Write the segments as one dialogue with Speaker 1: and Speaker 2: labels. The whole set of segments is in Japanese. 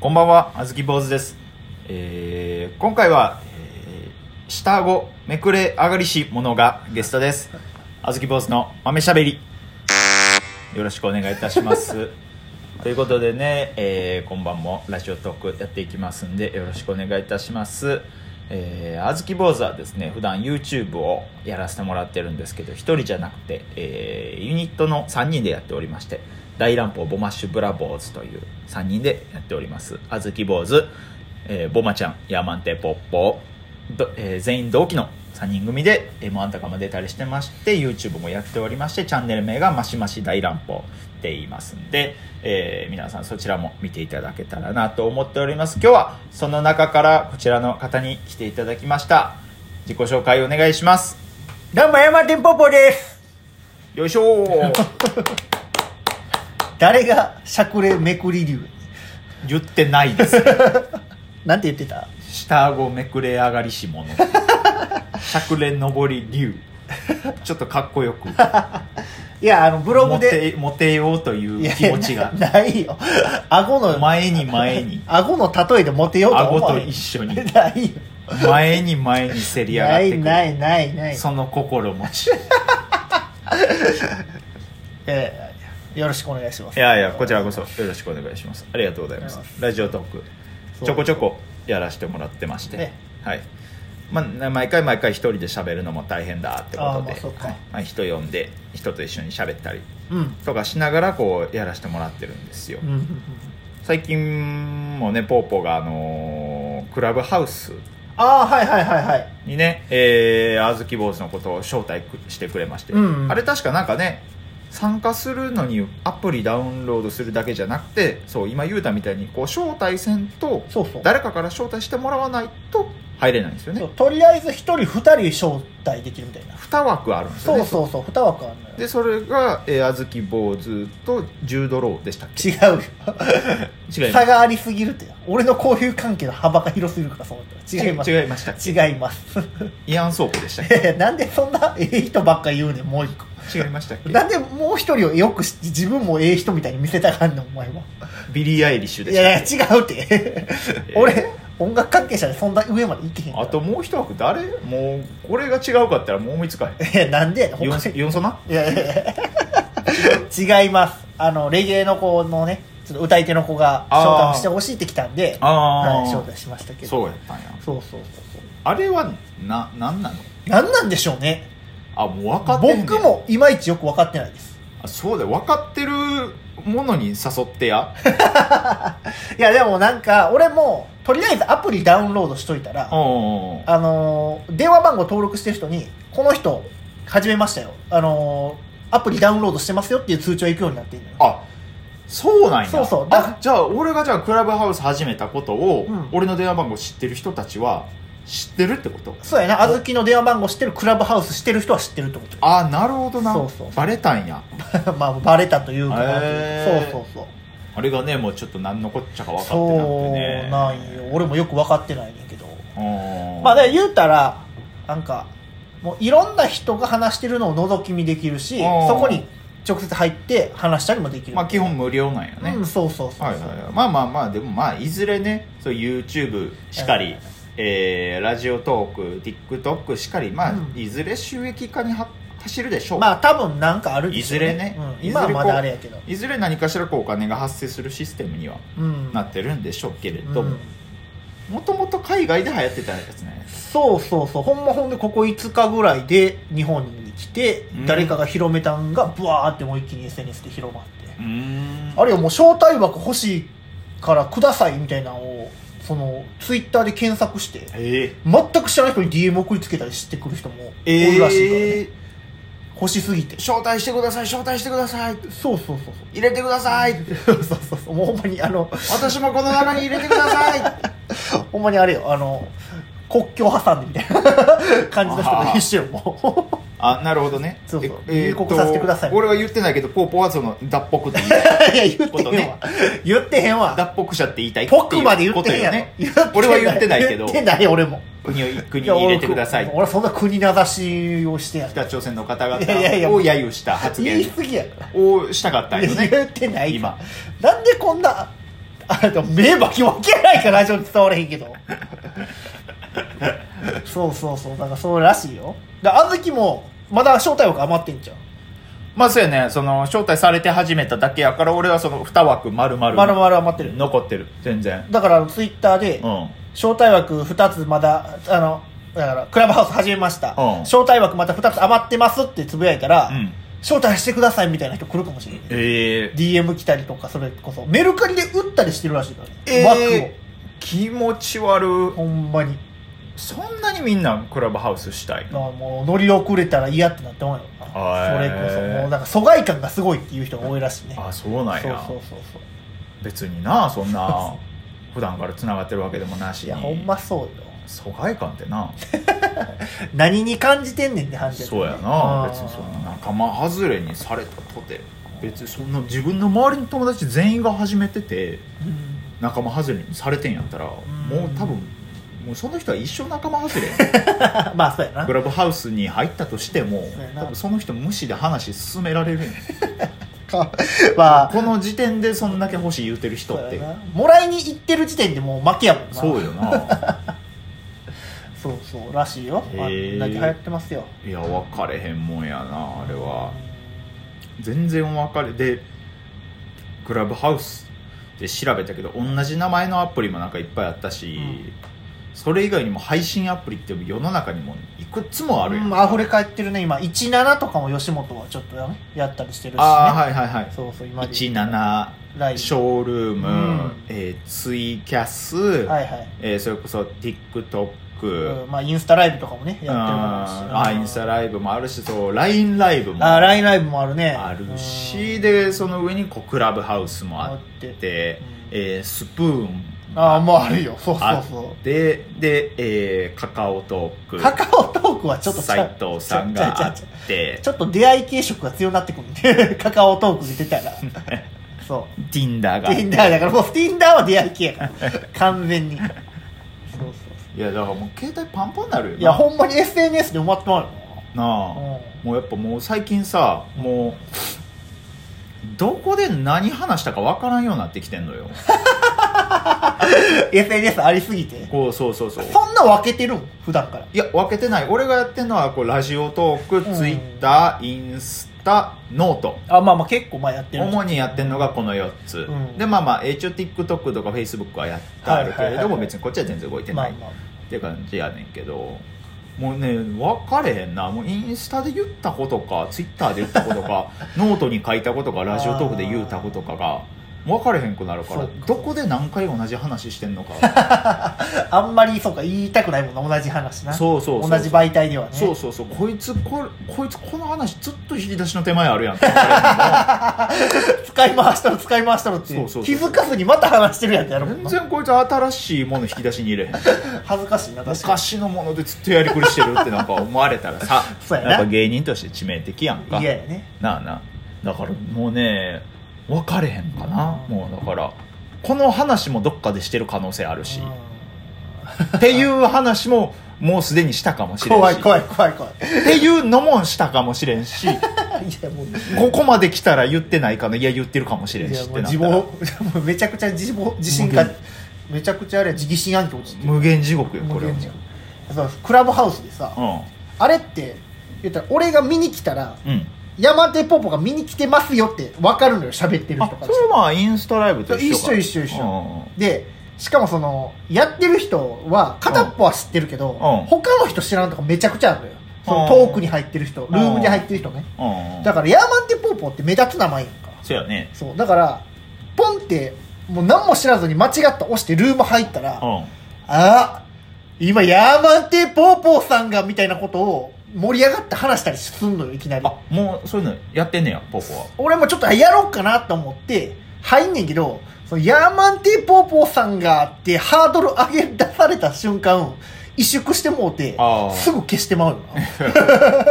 Speaker 1: こんばんは、あずき坊主です。えー、今回は、えー下顎めくれ上がりし者がゲストです。あずき坊主の豆しゃべり。よろしくお願いいたします。ということでね、えー今晩もラジオトークやっていきますんで、よろしくお願いいたします。えー、あずき坊主はですね、普段 YouTube をやらせてもらってるんですけど、一人じゃなくて、えーユニットの3人でやっておりまして、大乱暴ボマッシュブラボーズという3人でやっております。あずき坊主、えーボマちゃん、ヤーマンテポッポー、どえー全員同期の3人組で M1 とかも出たりしてまして YouTube もやっておりましてチャンネル名がマシマシ大乱暴って言いますんで、えー皆さんそちらも見ていただけたらなと思っております今日はその中からこちらの方に来ていただきました自己紹介お願いします
Speaker 2: どうも、山天ポポです。
Speaker 1: よいしょ ー
Speaker 2: 誰がしゃくれめくり流
Speaker 1: 言ってないです
Speaker 2: なんて言ってた
Speaker 1: 下顎めくれ上がりし者 しゃくれ上り竜ちょっとかっこよく
Speaker 2: いや、あの、ブログ
Speaker 1: モ
Speaker 2: で。
Speaker 1: テモテようとい
Speaker 2: いうや
Speaker 1: 気持ちが
Speaker 2: な ないよ。顎の、
Speaker 1: 前に前 に
Speaker 2: 顎の例えでモテようと思
Speaker 1: 顎
Speaker 2: わ
Speaker 1: と
Speaker 2: へん
Speaker 1: 一緒に
Speaker 2: ないよ。
Speaker 1: 前に前にせり上が
Speaker 2: な
Speaker 1: ってく
Speaker 2: い
Speaker 1: る
Speaker 2: ないないない。
Speaker 1: その心持 ち
Speaker 2: えーよろしくお願いします。
Speaker 1: いやいやこちらこそよろしくお願いしますありがとうございます
Speaker 2: ありがとうござい
Speaker 1: ラジオトーク
Speaker 2: そう
Speaker 1: ちょこちょこやらせてもらってまして、
Speaker 2: ね
Speaker 1: はいまあ、な毎回毎回一人で喋るのも大変だって
Speaker 2: あ
Speaker 1: こと
Speaker 2: ーま
Speaker 1: で
Speaker 2: あそっか
Speaker 1: はいまあ、人呼んで人と一緒に喋ったり
Speaker 2: うん。
Speaker 1: とかしながらこうやらせてもらってるんですよ、
Speaker 2: うんうん。うん
Speaker 1: 最近もねぽーぽーがあのークラブハウス
Speaker 2: ああ、はいはいはいはい。
Speaker 1: にね、えー、あずき坊主のことを招待くしてくれまして、
Speaker 2: うんうん
Speaker 1: あれ確かなんかね参加するのにアプリダウンロードするだけじゃなくてそう今言うたみたいにこう招待せんと
Speaker 2: そうそう。
Speaker 1: 誰かから招待してもらわないと入れないんですよ
Speaker 2: そう
Speaker 1: ね
Speaker 2: とりあえず一人二人招待できるみたいな。
Speaker 1: 2枠あるんですよ
Speaker 2: そ
Speaker 1: ね
Speaker 2: うそうそう、二枠あるのよ。
Speaker 1: でそれが、えー、あずき坊主と10ドローでしたっけ
Speaker 2: 違うよ。
Speaker 1: 違いま
Speaker 2: 差がありすぎるって。俺の交友関係の幅が広すぎるからそう思った
Speaker 1: した
Speaker 2: 違います。
Speaker 1: 違いました
Speaker 2: 違います。
Speaker 1: イアン倉庫でしたっけ
Speaker 2: えなんでそんなええ人ばっか言うねん、もう一個。
Speaker 1: 違いましたっけ
Speaker 2: なんでもう一人をよくし自分もええ人みたいに見せたがんねん、お前は。
Speaker 1: ビリー・アイリッシュで
Speaker 2: い
Speaker 1: したっけ
Speaker 2: やいや、違うって。
Speaker 1: えー
Speaker 2: 俺、音楽関係者でそんな上まで行ってへんから。
Speaker 1: あともう一枠誰もうこれが違うかったらもう思いつかへん
Speaker 2: いや、なんでやねん、ほん
Speaker 1: ユ
Speaker 2: ま
Speaker 1: ン
Speaker 2: に。
Speaker 1: ユンソナ
Speaker 2: いやいやいや違います。あの、レゲエの子のね、ちょっと歌い手の子が招待をしてほしいって来たんで、
Speaker 1: あー
Speaker 2: はい、招待しましたけど。
Speaker 1: そうやったんや
Speaker 2: そうそうそうそう。
Speaker 1: あれはな何なの
Speaker 2: 何なんでしょうね。
Speaker 1: あもう分かってんねん
Speaker 2: 僕もいまいちよく分かってないです。
Speaker 1: あそうだよ分かってるものに誘って や
Speaker 2: いや、でもなんか、俺も、とりあえずアプリダウンロードしといたら、
Speaker 1: うん
Speaker 2: あのー電話番号登録してる人に、この人、始めましたよ。あのーアプリダウンロードしてますよっていう通知が行くようになっているのよ。
Speaker 1: あそうなんや
Speaker 2: そうそうだ
Speaker 1: あじゃあ俺がじゃあクラブハウス始めたことを、
Speaker 2: うん
Speaker 1: 俺の電話番号知ってる人たちは知ってるってこと
Speaker 2: そうやな、あずきの電話番号知ってる、クラブハウス知ってる人は知ってるってこ
Speaker 1: ああなるほどな
Speaker 2: そうそう
Speaker 1: バレたんや
Speaker 2: と。まあ、バレたというかなという、
Speaker 1: へー
Speaker 2: そうそうそう。
Speaker 1: あれがねもうちょっと何のこっちゃか分かってなくて
Speaker 2: そう
Speaker 1: ね
Speaker 2: なんよ。俺もよく分かってないねんけど。
Speaker 1: うん
Speaker 2: まあ、ね、言うたら、なんか、もういろんな人が話してるのを覗き見できるし、
Speaker 1: うん
Speaker 2: そこに直接入って話したりもできる。
Speaker 1: まあ基本無料なんよね、
Speaker 2: うん、そうそうそうそう。
Speaker 1: はいはいはい、まあまあまあでもまあいずれねそう YouTube しかり、えーラジオトーク TikTok しかりまあ、
Speaker 2: うん
Speaker 1: いずれ収益化には走るでしょう、
Speaker 2: まあ多分なんかあるで
Speaker 1: い
Speaker 2: し
Speaker 1: ず
Speaker 2: ょう
Speaker 1: れね、
Speaker 2: うん
Speaker 1: いずれ
Speaker 2: 今はま
Speaker 1: こう
Speaker 2: だあれやけど。
Speaker 1: いずれ何かしらこうお金が発生するシステムには
Speaker 2: うん。
Speaker 1: なってるんでしょうけれ
Speaker 2: うん
Speaker 1: どももともと海外で流行ってたやつね
Speaker 2: そうそうそう。ほんまほんでここ5日ぐらいで日本に来て
Speaker 1: うん、
Speaker 2: 誰かが広めたんが、ブワーってもう一気に SNS で広まって。
Speaker 1: うーん
Speaker 2: あるいはもう招待枠欲しいからくださいみたいなのを、その、ツイッターで検索して、
Speaker 1: え
Speaker 2: 全く知らない人に DM 送りつけたりしてくる人も
Speaker 1: ー、
Speaker 2: おるらしいからね。
Speaker 1: え
Speaker 2: 欲しすぎて
Speaker 1: ー。招待してください招待してください
Speaker 2: そうそうそうそう。
Speaker 1: 入れてください
Speaker 2: そうそうそう。もうほんまにあの、
Speaker 1: 私もこの中に入れてください
Speaker 2: ほんまにあれよ、あの、国境挟んでみたい な感じの人が一緒よ、も
Speaker 1: あなるほどね
Speaker 2: そうそう
Speaker 1: え
Speaker 2: 入国させてくださ
Speaker 1: え
Speaker 2: い。
Speaker 1: っと俺は言ってないけどポーポーはその脱北って言いたいう
Speaker 2: いや、言ってへんわ。 言ってへんわ。
Speaker 1: 脱北者って言いたいっていう
Speaker 2: ポクまで言ってへんやろ。
Speaker 1: こ
Speaker 2: 言ってない
Speaker 1: 俺は言ってないけど
Speaker 2: 言ってない、俺も。
Speaker 1: とよね国を国に入れてください
Speaker 2: や俺俺そんな国名指しをしてやる。
Speaker 1: 北朝鮮の方々を
Speaker 2: いやいやいや
Speaker 1: 揶揄した発
Speaker 2: 言い
Speaker 1: 言
Speaker 2: 過ぎやから。
Speaker 1: をしたかったんよね
Speaker 2: 言ってない。
Speaker 1: 今。
Speaker 2: なんでこんな、あでも目ばき分けないからラジオに伝われへん けどそうそうそうなんかそうらしいよであずきもまだ招待枠余ってんじゃん
Speaker 1: まあそうやねその招待されて始めただけやから俺はその2枠丸々
Speaker 2: まるまる余ってる
Speaker 1: 残ってる全然
Speaker 2: だからツイッターで、
Speaker 1: うん
Speaker 2: 招待枠2つまだあのだからクラブハウス始めました、
Speaker 1: うん
Speaker 2: 招待枠また2つ余ってますってつぶやいたら、
Speaker 1: うん
Speaker 2: 招待してくださいみたいな人来るかもしれない、
Speaker 1: ええ
Speaker 2: DM 来たりとかそれこそメルカリで売ったりしてるらしいからね、枠
Speaker 1: えー、気持ち悪
Speaker 2: をほんまに
Speaker 1: そんなにみんなクラブハウスしたい
Speaker 2: ま
Speaker 1: の
Speaker 2: あもう乗り遅れたら嫌ってなって思うよな
Speaker 1: は
Speaker 2: そ
Speaker 1: い
Speaker 2: れこそもうなんか疎外感がすごいっていう人が多いらしいね
Speaker 1: あそうなんや
Speaker 2: そうそうそうそう
Speaker 1: 別になそん な普段からつながってるわけでもなし
Speaker 2: いやほんまそうよ
Speaker 1: 疎外感ってな
Speaker 2: 何に感じてんねんって話だよね
Speaker 1: そうやな
Speaker 2: うん
Speaker 1: 別にそんな仲間外れにされたとて別にそんな自分の周りの友達全員が始めてて
Speaker 2: うん
Speaker 1: 仲間外れにされてんやったらもう多分もうその人は一生仲間外れ
Speaker 2: まあそうやな
Speaker 1: クラブハウスに入ったとしても
Speaker 2: そうやな
Speaker 1: 多分その人無視で話進められるんや
Speaker 2: かまあ
Speaker 1: この時点でそんだけ欲しい言うてる人って
Speaker 2: そうやなもらいに行ってる時点でもう負けやもんな
Speaker 1: そうよな
Speaker 2: そうそうらしいよ
Speaker 1: へ
Speaker 2: あ
Speaker 1: ー
Speaker 2: んだけ流行ってますよ
Speaker 1: いや分かれへんもんやなあれは全然分かれでクラブハウスで調べたけど同じ名前のアプリもなんかいっぱいあったし、
Speaker 2: うん
Speaker 1: それ以外にも配信アプリって世の中にもいくつもあるやん、
Speaker 2: うん、溢れ返ってるね今17とかも吉本はちょっとや,、やったりしてるしね
Speaker 1: ああはいはいはい
Speaker 2: そうそう今で
Speaker 1: 17
Speaker 2: ライブ
Speaker 1: ショールーム、
Speaker 2: うん
Speaker 1: えーツイキャス、
Speaker 2: はいはい、
Speaker 1: えーそれこそ TikTok、
Speaker 2: うんまあ、インスタライブとかもねやってるか
Speaker 1: あ
Speaker 2: ら
Speaker 1: ーインスタライブもあるしそう LINE ライブも
Speaker 2: あーラインライブもあるね
Speaker 1: あるし、でその上にこうクラブハウスもあって
Speaker 2: あっ
Speaker 1: えースプーン
Speaker 2: うんああもうあるよそうそ
Speaker 1: あ
Speaker 2: うそ
Speaker 1: でで、えーカカオトーク
Speaker 2: うカカオトークはちょっとちゃ
Speaker 1: 斉藤さん
Speaker 2: ち
Speaker 1: が
Speaker 2: ゃ
Speaker 1: あ
Speaker 2: ちゃちゃち
Speaker 1: って
Speaker 2: ゃちょっと出会い系色が強くなってくるんで カカオトークで出た らそう
Speaker 1: Tinder があって
Speaker 2: Tinder だからもう Tinder は出会い系やから 完全にそうそうそ
Speaker 1: いやだからもう携帯パンパンになるよ
Speaker 2: う
Speaker 1: ない
Speaker 2: やほんまに SNS で埋まってま
Speaker 1: なあ、
Speaker 2: うよ
Speaker 1: もうやっぱもう最近さもうどこで何話したかわからんようになってきてんのよ
Speaker 2: うん SNS ありすぎて
Speaker 1: こうそうそうそう
Speaker 2: そんな分けてるん普段から
Speaker 1: いや分けてない俺がやってるのはこうラジオトーク
Speaker 2: うん
Speaker 1: ツイッターインスタノート
Speaker 2: あまあまあ結構前やってる
Speaker 1: 主にやってるのがこの4つ、
Speaker 2: うん
Speaker 1: でまあまあ一応 TikTok とか Facebook はやってあるけれ
Speaker 2: はいは
Speaker 1: ど
Speaker 2: いは
Speaker 1: も
Speaker 2: い
Speaker 1: 別にこっちは全然動いて
Speaker 2: ま
Speaker 1: な
Speaker 2: あ
Speaker 1: い
Speaker 2: まあ
Speaker 1: って感じやねんけどもうね分かれへんなもうインスタで言ったことか Twitter で言ったこと かノートに書いたことかラジオトークで言ったことかが分かれへんくなるから
Speaker 2: そうか
Speaker 1: どこで何回同じ話してんのか
Speaker 2: あんまりそうか言いたくないもんな同じ話な
Speaker 1: そうそうそう
Speaker 2: 同じ媒体ではね
Speaker 1: そうそうそうこいつここいつこの話ずっと引き出しの手前あるやんって思われるのも
Speaker 2: 使い回したろ使い回したろっ
Speaker 1: そ
Speaker 2: て
Speaker 1: うそうそう
Speaker 2: 気づかずにまた話してるやんってやるもん
Speaker 1: 全
Speaker 2: な
Speaker 1: 然こいつ新しいもの引き出しに入れへん
Speaker 2: 恥ずかしいな確か
Speaker 1: 昔のものでずっとやりくりしてるってなんか思われたらさ
Speaker 2: そうやな
Speaker 1: やっぱ芸人として致命的やん
Speaker 2: に
Speaker 1: か
Speaker 2: 嫌やね
Speaker 1: なあなだからもうね分かれへんかな
Speaker 2: うん
Speaker 1: もうだからこの話もどっかでしてる可能性あるし
Speaker 2: うん
Speaker 1: っていう話ももうすでにしたかもしれんし
Speaker 2: 怖い
Speaker 1: い
Speaker 2: 怖い怖い怖い
Speaker 1: っていうのもしたかもしれんし
Speaker 2: いやもう
Speaker 1: ここまで来たら言ってないかないや言ってるかもしれん
Speaker 2: いや
Speaker 1: しっ
Speaker 2: も
Speaker 1: て
Speaker 2: う
Speaker 1: なっ
Speaker 2: 自
Speaker 1: た
Speaker 2: 暴
Speaker 1: ら
Speaker 2: もうめちゃくちゃ自暴自信が
Speaker 1: 無限
Speaker 2: めちゃくちゃあれは自疑心暗鬼落ちてる
Speaker 1: 無限地獄よこ
Speaker 2: 無
Speaker 1: れは
Speaker 2: 限
Speaker 1: も
Speaker 2: じゃんそうクラブハウスでさ、あれって言ったら俺が見に来たら
Speaker 1: ううんうん
Speaker 2: 山手ポポが見に来てますよって分かるのよ喋ってる人
Speaker 1: あ
Speaker 2: から
Speaker 1: それはまあインスタライブと一緒か
Speaker 2: 一緒一緒一緒
Speaker 1: うん
Speaker 2: でしかもそのやってる人は片っぽは知ってるけど、
Speaker 1: ん
Speaker 2: 他の人知らんとかめちゃくちゃあるのよその
Speaker 1: うん
Speaker 2: トークに入ってる人ルームに入ってる人ね
Speaker 1: うんうん
Speaker 2: だからヤーマンテポーポーって目立つ名前やんか
Speaker 1: そうやね
Speaker 2: そうだからポンってもう何も知らずに間違った押してルーム入ったら、
Speaker 1: うん
Speaker 2: あ今ヤーマンテポーポーさんがみたいなことを盛り上がって話したりすんのよいきなり
Speaker 1: あもうそういうのやってんねやポ ポは
Speaker 2: 俺もちょっとやろうかなと思って入んねんけどそのヤーマンテーポーポーさんがあってハードル上げ出された瞬間萎縮してもうて
Speaker 1: あー
Speaker 2: すぐ消してまうよな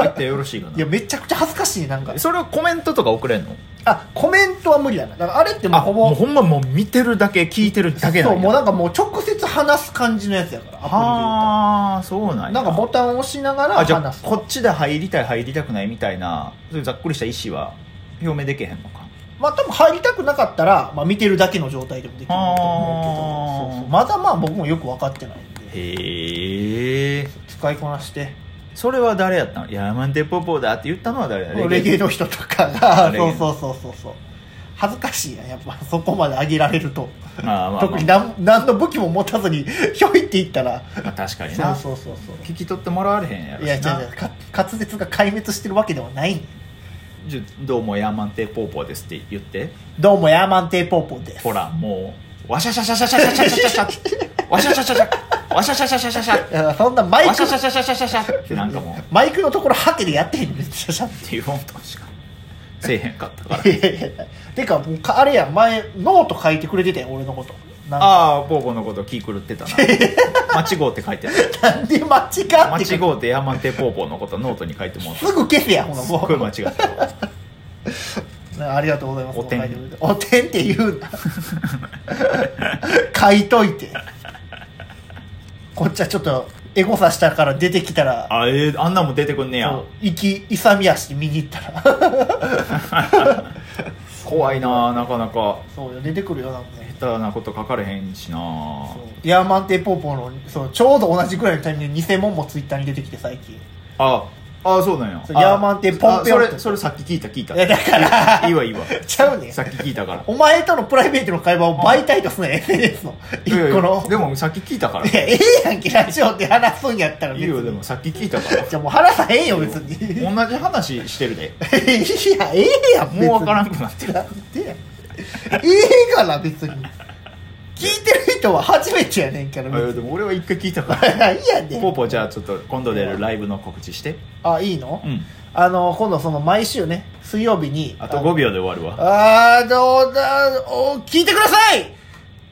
Speaker 1: 入ってよろしいか
Speaker 2: いやめちゃくちゃ恥ずかしいなんか
Speaker 1: なそれはコメントとか送れんの
Speaker 2: あコメントは無理だなだからあれってもう
Speaker 1: あ
Speaker 2: ほ
Speaker 1: ほぼも
Speaker 2: ぼ
Speaker 1: うほんまもう見てるだけ聞いてるだけなん
Speaker 2: そう
Speaker 1: や
Speaker 2: もうなんかもう直接話す感じのやつやからアプリで言
Speaker 1: はあそうな
Speaker 2: うんと
Speaker 1: や
Speaker 2: なんかボタンを押しながら
Speaker 1: あじゃあ
Speaker 2: 話す
Speaker 1: こっちで入りたい入りたくないみたいなそういうざっくりした意思は表明できへんのか
Speaker 2: まあ多分入りたくなかったら、まあ見てるだけの状態でもできると思うけど、
Speaker 1: あー
Speaker 2: そうそうまだまあ僕もよく分かってないんで、
Speaker 1: へえ
Speaker 2: 使いこなして、
Speaker 1: それは誰やったのヤーマンテポポだって言ったのは誰や
Speaker 2: レゲエの人とかが、
Speaker 1: レゲ
Speaker 2: そう
Speaker 1: エ
Speaker 2: そうそうそうそう。恥ずかしいやん、やっぱそこまで上げられると。
Speaker 1: あーまあまあ、
Speaker 2: 特に何何の武器も持たずに、 ひょいっていったら、
Speaker 1: まあ確かに
Speaker 2: そう
Speaker 1: な
Speaker 2: そうそうそう。
Speaker 1: 聞き取ってもらわれへんやろ
Speaker 2: いや、
Speaker 1: し
Speaker 2: 違
Speaker 1: な
Speaker 2: う違う、か滑舌が壊滅してるわけではないん
Speaker 1: じゃどうもヤーマンテポポですって言って
Speaker 2: どうも、ヤーマンテーポーポーです。
Speaker 1: ほらもうわしゃしゃしゃしゃしゃしゃしゃしゃしゃわしゃしゃしゃしゃわしゃしゃしゃしゃしゃしゃ
Speaker 2: いやそんなマイ
Speaker 1: わ
Speaker 2: ク
Speaker 1: しゃしゃしゃしゃしゃしゃしゃってなんかもうっ
Speaker 2: マイクのところハケでやってへんねんシャシャって
Speaker 1: いう音しかせえへんかったから
Speaker 2: ていやいやいやてかもうかあれやん前ノート書いてくれてたよ俺のことな
Speaker 1: ああポポのこと気狂ってたな間違うって書いてある
Speaker 2: なんで間違って
Speaker 1: 間違
Speaker 2: く
Speaker 1: うて山手ポーポーのことノートに書いてもらった
Speaker 2: すぐ消せやほな
Speaker 1: すっ
Speaker 2: も
Speaker 1: ごい間違ったわ
Speaker 2: うありがとうございます
Speaker 1: おてん
Speaker 2: 書いてくれておてんって言うな 書いといてこっちはちょっとエゴサしたから出てきたら
Speaker 1: あえーあんなんも出てくんねや
Speaker 2: そう息勇み足見に行ったら
Speaker 1: 怖いななかなか
Speaker 2: そうよ出てくるよなんかね
Speaker 1: 下手なこと書かれへんしな
Speaker 2: そうヤーマンテーポーポーのそうちょうど同じくらいのタイミングで偽物もツイッターに出てきて最 近
Speaker 1: ああそうなんや
Speaker 2: そうヤーマンテポンペ
Speaker 1: あそ
Speaker 2: ヨンって
Speaker 1: れそれさっき聞いた聞いた
Speaker 2: いやだから
Speaker 1: いいわいいわ
Speaker 2: ちゃうねん
Speaker 1: さっき聞いたから
Speaker 2: お前とのプライベートの会話を媒体とすな、SNS の一
Speaker 1: いやい
Speaker 2: 個
Speaker 1: や
Speaker 2: の
Speaker 1: でもさっき聞いたから
Speaker 2: いやええやんけラジオで話すんやったら
Speaker 1: い
Speaker 2: 別
Speaker 1: い
Speaker 2: に
Speaker 1: よでもさっき聞いたから
Speaker 2: じゃあもう話さへんよ別に いや
Speaker 1: 同じ話してるで
Speaker 2: ええやん別に
Speaker 1: もうわからんくなってる
Speaker 2: なんでやええから別に聞いてる人は初めてやねんから
Speaker 1: あいや
Speaker 2: 別
Speaker 1: でも俺は一回聞いたから
Speaker 2: に いいやね
Speaker 1: ポー
Speaker 2: ん
Speaker 1: ポーじゃあちょっと今度出るライブの告知して
Speaker 2: あいいの、
Speaker 1: うん
Speaker 2: あの今度その毎週ね水曜日に
Speaker 1: あと5秒で終わるわ
Speaker 2: あーどうだお聞いてください